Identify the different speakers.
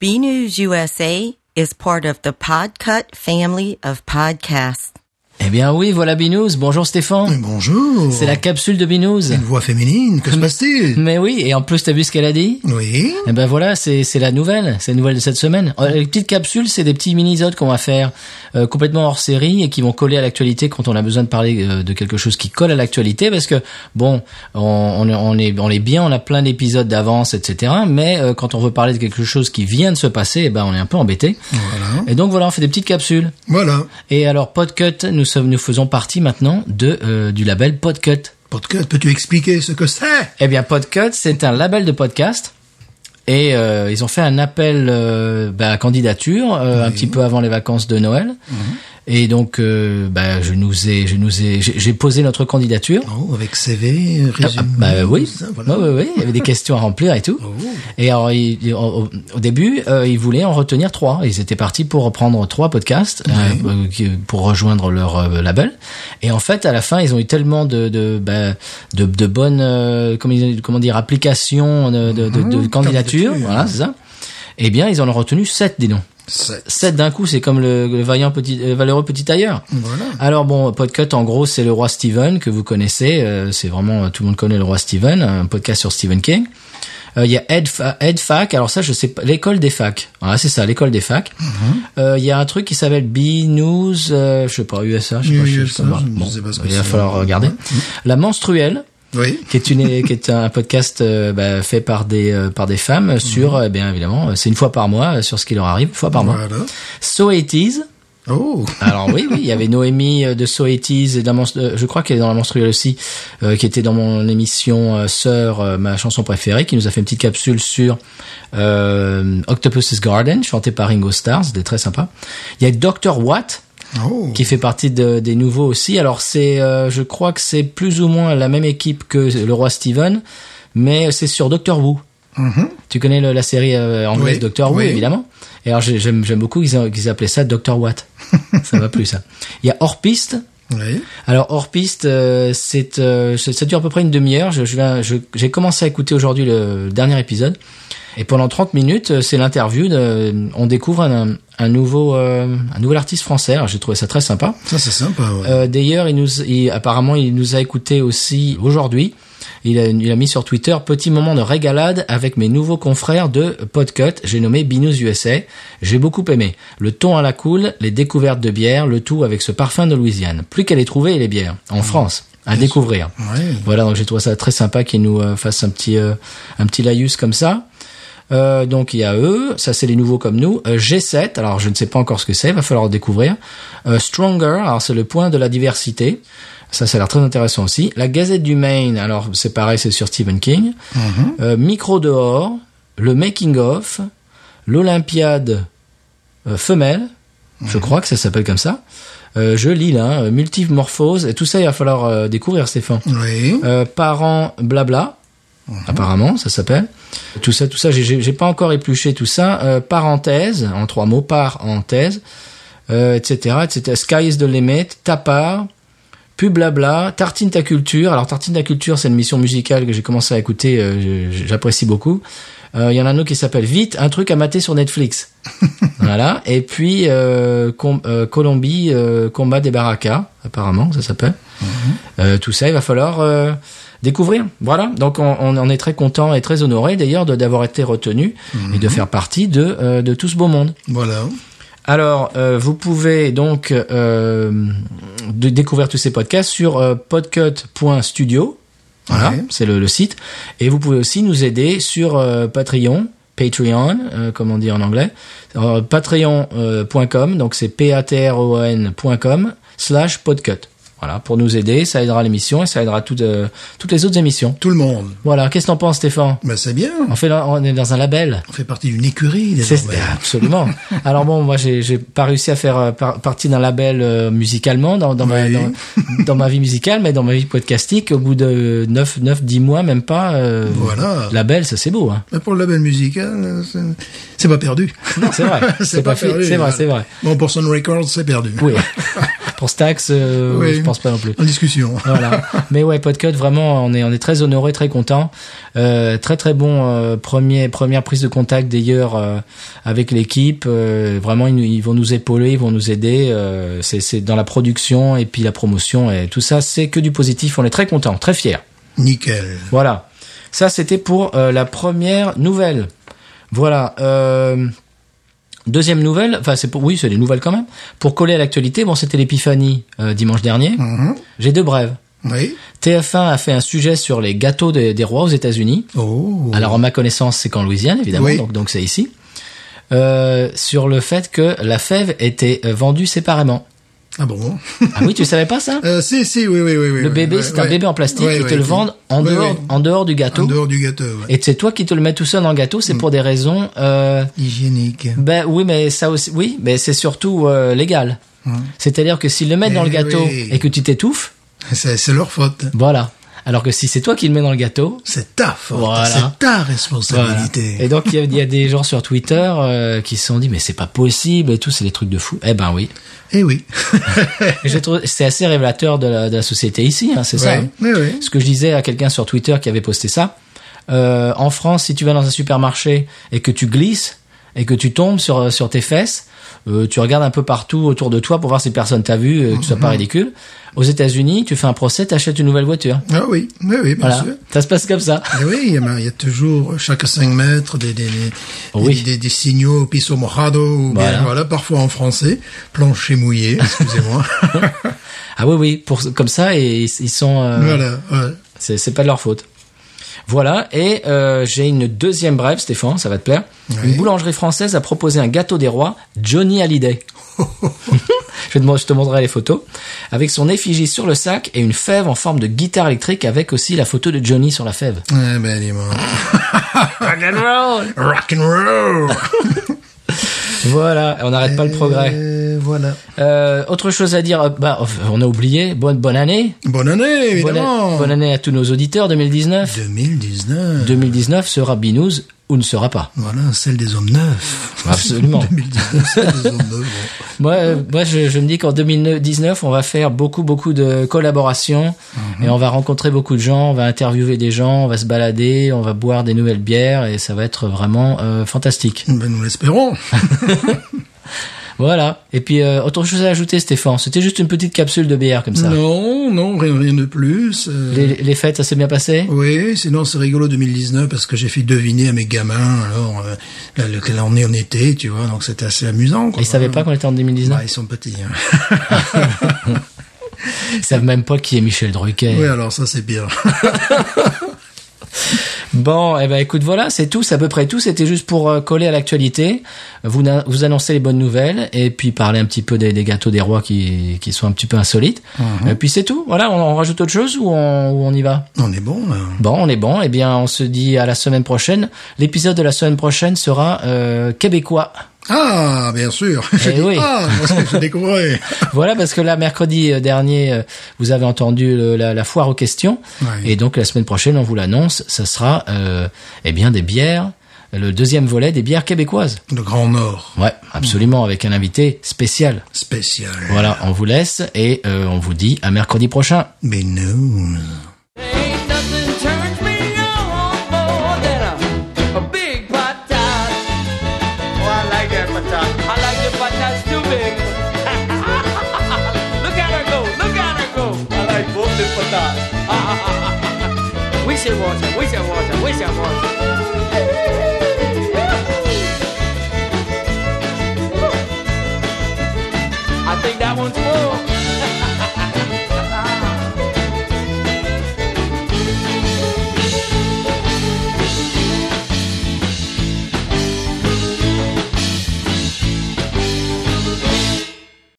Speaker 1: B News USA is part of the Podcut family of podcasts.
Speaker 2: Eh bien oui, voilà Binous. Bonjour Stéphane.
Speaker 3: Bonjour.
Speaker 2: C'est la capsule de Binous.
Speaker 3: Une voix féminine, que se passe-t-il
Speaker 2: Mais oui, et en plus t'as vu ce qu'elle a dit
Speaker 3: Oui.
Speaker 2: Eh ben voilà, c'est c'est la nouvelle, c'est la nouvelle de cette semaine. Euh, Les petites capsules, c'est des petits mini-zodes qu'on va faire euh, complètement hors série et qui vont coller à l'actualité quand on a besoin de parler euh, de quelque chose qui colle à l'actualité parce que bon, on, on, est- on est on est bien, on a plein d'épisodes d'avance, etc. Mais euh, quand on veut parler de quelque chose qui vient de se passer, eh ben on est un peu embêté.
Speaker 3: Voilà.
Speaker 2: Et donc voilà, on fait des petites capsules.
Speaker 3: Voilà.
Speaker 2: Et alors Podcut, nous sommes nous faisons partie maintenant de euh, du label Podcut.
Speaker 3: Podcast, peux-tu expliquer ce que c'est
Speaker 2: Eh bien, Podcut, c'est un label de podcast. Et euh, ils ont fait un appel euh, bah, à candidature euh, un petit peu avant les vacances de Noël. Et donc, euh, bah, je nous ai, je nous ai, j'ai j'ai posé notre candidature.
Speaker 3: Oh, avec CV,
Speaker 2: Ah,
Speaker 3: résumé.
Speaker 2: ah, bah euh, oui, Ah,
Speaker 3: tout ça, hein, voilà. Oh,
Speaker 2: Ouais, ouais, ouais. il y avait des questions à remplir et tout. Et alors, il- il- au, au début, euh, ils voulaient en retenir trois. Ils étaient partis pour reprendre trois podcasts euh, euh, qui- pour rejoindre leur euh, label. Et en fait, à la fin, ils ont eu tellement de de, bah, de, de bonnes euh, comment, ils- comment dire applications de, de, de- de candidatures.
Speaker 3: candidatures.
Speaker 2: Voilà, c'est ça. Eh bien, ils en ont retenu sept, dis donc.
Speaker 3: C'est-
Speaker 2: Sept d'un coup, c'est comme le, le vaillant petit, euh, valeureux petit tailleur.
Speaker 3: Voilà.
Speaker 2: Alors bon, Podcut, en gros, c'est le roi Steven que vous connaissez. euh, c'est vraiment euh, tout le monde connaît le roi Steven, un podcast sur Stephen King. Euh, Il y a Edfa- EdFac, alors ça je sais pas, l'école des facs. Voilà, c'est ça, l'école des facs. Euh,
Speaker 3: Mm-hmm.
Speaker 2: Il y a un truc qui s'appelle B-News, euh, je sais pas, USA, je sais pas, je- je sais
Speaker 3: USA,
Speaker 2: pas.
Speaker 3: je ne
Speaker 2: Bon,
Speaker 3: sais pas ce que
Speaker 2: il va
Speaker 3: c'est. Mm-hmm.
Speaker 2: falloir regarder. La menstruelle,
Speaker 3: Oui.
Speaker 2: qui est une qui est un podcast euh, bah, fait par des euh, par des femmes sur
Speaker 3: Mm-hmm.
Speaker 2: euh, bien évidemment euh, c'est une fois par mois euh, sur ce qui leur arrive une fois par mois
Speaker 3: Voilà.
Speaker 2: So 80s
Speaker 3: Oh.
Speaker 2: alors oui, oui, il y avait Noémie euh, de So 80s et d'un monstre, euh, je crois qu'elle est dans la menstruelle aussi, euh, qui était dans mon émission euh, Sœur, euh, ma chanson préférée, qui nous a fait une petite capsule sur euh, Octopus's Garden, chantée par Ringo Starr, c'était très sympa. Il y a Dr. Watt,
Speaker 3: Oh.
Speaker 2: qui fait partie de- des nouveaux aussi. Alors c'est, euh, je crois que c'est plus ou moins la même équipe que le roi Steven, mais c'est sur Doctor Who.
Speaker 3: Mhm.
Speaker 2: Tu connais le- la série euh, anglaise
Speaker 3: Oui,
Speaker 2: Doctor Who
Speaker 3: oui.
Speaker 2: évidemment. Et alors j'ai- j'aime j'aime beaucoup qu'ils a- qu'ils appelaient ça Doctor Watt. ça m'a plu ça. Il y a hors piste.
Speaker 3: Oui.
Speaker 2: Alors hors piste, euh, c'est euh, ça ça dure à peu près une demi-heure. Je je viens- je- j'ai commencé à écouter aujourd'hui le dernier épisode. Et pendant 30 minutes, euh, c'est l'interview. de- On découvre un, un nouveau euh, un nouvel artiste français. Alors, J'ai trouvé ça très sympa.
Speaker 3: Ça, c'est sympa, ouais.
Speaker 2: Euh, D'ailleurs, il nous, il- apparemment, il nous a écouté aussi aujourd'hui. Il a, il a mis sur Twitter petit moment de régalade avec mes nouveaux confrères de Podcut. J'ai nommé Binous USA. J'ai beaucoup aimé le ton à la cool, les découvertes de bière, le tout avec ce parfum de Louisiane. Plus qu'à les trouver les bières en France à découvrir.
Speaker 3: Ouais.
Speaker 2: Voilà, donc j'ai trouvé ça très sympa qu'ils nous euh, fassent un petit euh, un petit laïus comme ça. Euh, donc il y a eux, ça c'est les nouveaux comme nous. Euh, G7, alors je ne sais pas encore ce que c'est, va falloir découvrir. Euh, Stronger, alors c'est le point de la diversité. Ça, ça a l'air très intéressant aussi. La Gazette du Maine, alors c'est pareil, c'est sur Stephen King. Euh, Micro dehors, le making of, l'Olympiade euh, femelle, je crois que ça s'appelle comme ça. Euh, je lis là, hein, multimorphose, et tout ça il va falloir euh, découvrir Stéphane.
Speaker 3: Oui.
Speaker 2: Euh, parents blabla. Apparemment, ça s'appelle. Tout ça, tout ça, j'ai- j'ai j'ai pas encore épluché tout ça. Euh, parenthèse, en trois mots, parenthèse, euh, etc., etc. Sky is the limit, ta part, pub blabla, tartine ta culture. Alors tartine ta culture, c'est une mission musicale que j'ai commencé à écouter, euh, je- j'apprécie beaucoup. Euh, Il y en a un autre qui s'appelle Vite, un truc à mater sur Netflix. voilà. Et puis euh, Com- euh, Colombie, euh, combat des barracas, apparemment, ça s'appelle. Euh, tout ça, il va falloir euh, découvrir. Voilà. Donc on, on en est très content et très honoré d'ailleurs de- d'avoir été retenu et de faire partie de, euh, de tout ce beau monde.
Speaker 3: Voilà.
Speaker 2: Alors euh, vous pouvez donc euh, de- découvrir tous ces podcasts sur euh, podcut.studio. Voilà,
Speaker 3: Ouais.
Speaker 2: c'est le, le site. Et vous pouvez aussi nous aider sur euh, Patreon. Patreon, euh, comme on dit en anglais, Alors, patreon.com, donc c'est p-a-t-r-o-n.com slash podcut. Voilà, pour nous aider, ça aidera l'émission et ça aidera toutes, euh, toutes les autres émissions.
Speaker 3: Tout le monde.
Speaker 2: Voilà, qu'est-ce que t'en penses Stéphane
Speaker 3: Ben, c'est bien.
Speaker 2: En fait, là, on est dans un label.
Speaker 3: On fait partie d'une écurie,
Speaker 2: C'est
Speaker 3: désormais.
Speaker 2: absolument. Alors bon, moi j'ai j'ai pas réussi à faire euh, par- partie d'un label euh, musicalement dans dans, ma,
Speaker 3: Oui.
Speaker 2: dans dans ma vie musicale, mais dans ma vie podcastique, au bout de 9 9 10 mois même pas euh,
Speaker 3: Voilà.
Speaker 2: label, ça c'est beau hein.
Speaker 3: Mais pour le label musical, euh, c'est- c'est pas perdu.
Speaker 2: Non, c'est vrai.
Speaker 3: C'est
Speaker 2: c'est
Speaker 3: pas
Speaker 2: pas fait,
Speaker 3: perdu, hein.
Speaker 2: c'est vrai,
Speaker 3: voilà.
Speaker 2: c'est vrai.
Speaker 3: Bon, pour Sun Records, c'est perdu.
Speaker 2: Oui. Pour Stax, euh,
Speaker 3: Oui.
Speaker 2: je pense pas non plus.
Speaker 3: En discussion.
Speaker 2: Voilà. Mais ouais, Podcut, vraiment, on est, on est très honoré, très content. Euh, très très bon euh, premier première prise de contact d'ailleurs euh, avec l'équipe. Euh, vraiment, ils, nous- ils vont nous épauler, ils vont nous aider. Euh, c'est c'est dans la production et puis la promotion et tout ça, c'est que du positif. On est très content, très fier.
Speaker 3: Nickel.
Speaker 2: Voilà. Ça, c'était pour euh, la première nouvelle. Voilà. euh, deuxième nouvelle. Enfin, c'est pour. Oui, c'est des nouvelles quand même. Pour coller à l'actualité, bon, c'était l'épiphanie euh, dimanche dernier.
Speaker 3: Mhm.
Speaker 2: J'ai deux brèves.
Speaker 3: Oui.
Speaker 2: TF1 a fait un sujet sur les gâteaux des- des rois aux États-Unis.
Speaker 3: Oh.
Speaker 2: Alors, en ma connaissance, c'est qu'en Louisiane, évidemment,
Speaker 3: Oui.
Speaker 2: donc donc c'est ici. Euh, sur le fait que la fève était euh, vendue séparément.
Speaker 3: Ah bon
Speaker 2: Ah oui, tu savais pas ça
Speaker 3: euh, Si, si, oui, oui, oui. oui,
Speaker 2: Le
Speaker 3: oui,
Speaker 2: bébé,
Speaker 3: ouais,
Speaker 2: c'est un
Speaker 3: ouais.
Speaker 2: bébé en plastique,
Speaker 3: Ouais,
Speaker 2: ils
Speaker 3: ouais,
Speaker 2: te le
Speaker 3: qui-
Speaker 2: vendent en,
Speaker 3: ouais,
Speaker 2: dehors,
Speaker 3: ouais.
Speaker 2: en dehors du
Speaker 3: En
Speaker 2: gâteau.
Speaker 3: dehors Mm. du gâteau. ouais.
Speaker 2: Et c'est toi qui te le mets tout seul dans le gâteau, c'est pour des raisons. Euh,
Speaker 3: Hygiénique.
Speaker 2: ben oui, mais ça aussi, oui, mais c'est surtout euh, légal. C'est-à-dire que s'ils le mettent
Speaker 3: Mm. Eh
Speaker 2: dans le gâteau
Speaker 3: oui.
Speaker 2: et que tu t'étouffes,
Speaker 3: C'est c'est leur faute.
Speaker 2: voilà. Alors que si c'est toi qui le mets dans le gâteau,
Speaker 3: C'est ta faute.
Speaker 2: Voilà.
Speaker 3: C'est ta
Speaker 2: voilà.
Speaker 3: responsabilité.
Speaker 2: Et donc il y a- il y, a des gens sur Twitter euh, qui se sont dit mais c'est pas possible et tout, c'est des trucs de fou. Eh ben oui.
Speaker 3: Eh oui.
Speaker 2: Et je trouve- c'est assez révélateur de la, de la société ici, hein, c'est ça.
Speaker 3: Ouais.
Speaker 2: hein.
Speaker 3: Oui, oui.
Speaker 2: ce que je disais à quelqu'un sur Twitter qui avait posté ça. Euh, en France, si tu vas dans un supermarché et que tu glisses et que tu tombes sur, sur tes fesses, euh, tu regardes un peu partout autour de toi pour voir si personne t'a vu, euh, que tu sois
Speaker 3: Mhm.
Speaker 2: pas ridicule. Aux États-Unis, tu fais un procès, t'achètes une nouvelle voiture.
Speaker 3: Ah oui, oui, oui, bien
Speaker 2: Voilà,
Speaker 3: sûr.
Speaker 2: ça se passe comme ça.
Speaker 3: Eh oui, il y, a, il y a toujours chaque 5 mètres des, des, des,
Speaker 2: Oui.
Speaker 3: des, des- des signaux piso mojado ou bien,
Speaker 2: Voilà.
Speaker 3: voilà. parfois en français, plancher mouillé, excusez-moi.
Speaker 2: Ah oui, oui, pour, comme ça, et ils, ils sont. euh,
Speaker 3: voilà, ouais.
Speaker 2: C'est, c'est pas de leur faute. Voilà, et euh, j'ai une deuxième brève, Stéphane, ça va te plaire. Une boulangerie française a proposé un gâteau des rois, Johnny Hallyday. je, vais te, mon- je te montrerai les photos. Avec son effigie sur le sac et une fève en forme de guitare électrique avec aussi la photo de Johnny sur la fève.
Speaker 3: Eh ben, dis-moi. Rock and roll.
Speaker 2: Voilà, on n'arrête pas le progrès.
Speaker 3: Euh, voilà.
Speaker 2: Euh, autre chose à dire, euh, bah, on a oublié, bonne, bonne année.
Speaker 3: Bonne année,
Speaker 2: Bonne,
Speaker 3: évidemment.
Speaker 2: bonne année à tous nos auditeurs 2019.
Speaker 3: 2019.
Speaker 2: 2019 sera binouze ou ne sera pas.
Speaker 3: Voilà, celle des hommes neufs.
Speaker 2: Absolument.
Speaker 3: 2019, celle des hommes neufs. bon.
Speaker 2: Moi, euh, moi je, je me dis qu'en 2019, on va faire beaucoup, beaucoup de collaborations et on va rencontrer beaucoup de gens, on va interviewer des gens, on va se balader, on va boire des nouvelles bières et ça va être vraiment euh, fantastique.
Speaker 3: Ben, nous l'espérons.
Speaker 2: Ah, Voilà. Et puis, euh, autre chose à ajouter, Stéphane, c'était juste une petite capsule de bière comme ça.
Speaker 3: Non, non, rien, rien de plus. euh,
Speaker 2: Les, les fêtes, ça s'est bien passé
Speaker 3: Oui, sinon c'est rigolo 2019 parce que j'ai fait deviner à mes gamins alors euh, la- le- quelle année on était, tu vois, donc c'était assez amusant. Quoi.
Speaker 2: Ils savaient pas qu'on était en 2019
Speaker 3: Bah, ils sont petits. hein.
Speaker 2: Ils savent même pas qui est Michel Drucker.
Speaker 3: oui, alors ça c'est bien.
Speaker 2: Bon, eh ben écoute, voilà, c'est tout, c'est à peu près tout. C'était juste pour euh, coller à l'actualité, vous, na- vous annoncer les bonnes nouvelles et puis parler un petit peu des, des gâteaux des rois qui, qui sont un petit peu insolites. Et puis c'est tout. Voilà, on, on rajoute autre chose ou on, ou on y va
Speaker 3: on est bon. là.
Speaker 2: Bon, on est bon. Eh bien, on se dit à la semaine prochaine. L'épisode de la semaine prochaine sera euh, québécois.
Speaker 3: Ah, bien sûr. Je
Speaker 2: Eh
Speaker 3: dis,
Speaker 2: oui.
Speaker 3: Ah, parce que je découvrais.
Speaker 2: voilà, parce que là, mercredi euh, dernier, euh, vous avez entendu le- la, la foire aux questions.
Speaker 3: Ouais.
Speaker 2: Et donc, la semaine prochaine, on vous l'annonce, ça sera, euh, eh bien, des bières, le deuxième volet des bières québécoises.
Speaker 3: Le Grand Nord
Speaker 2: Ouais, absolument, avec un invité spécial.
Speaker 3: spécial.
Speaker 2: Voilà, on vous laisse et euh, on vous dit à mercredi prochain.
Speaker 3: Mais nous.
Speaker 4: Ain't nothing turns me on more than a, a big patat. Oh, I like that patat. I like the patats too big. look at her go, look at her go. I like both the patats. we should watch her, we should watch her, we should watch her.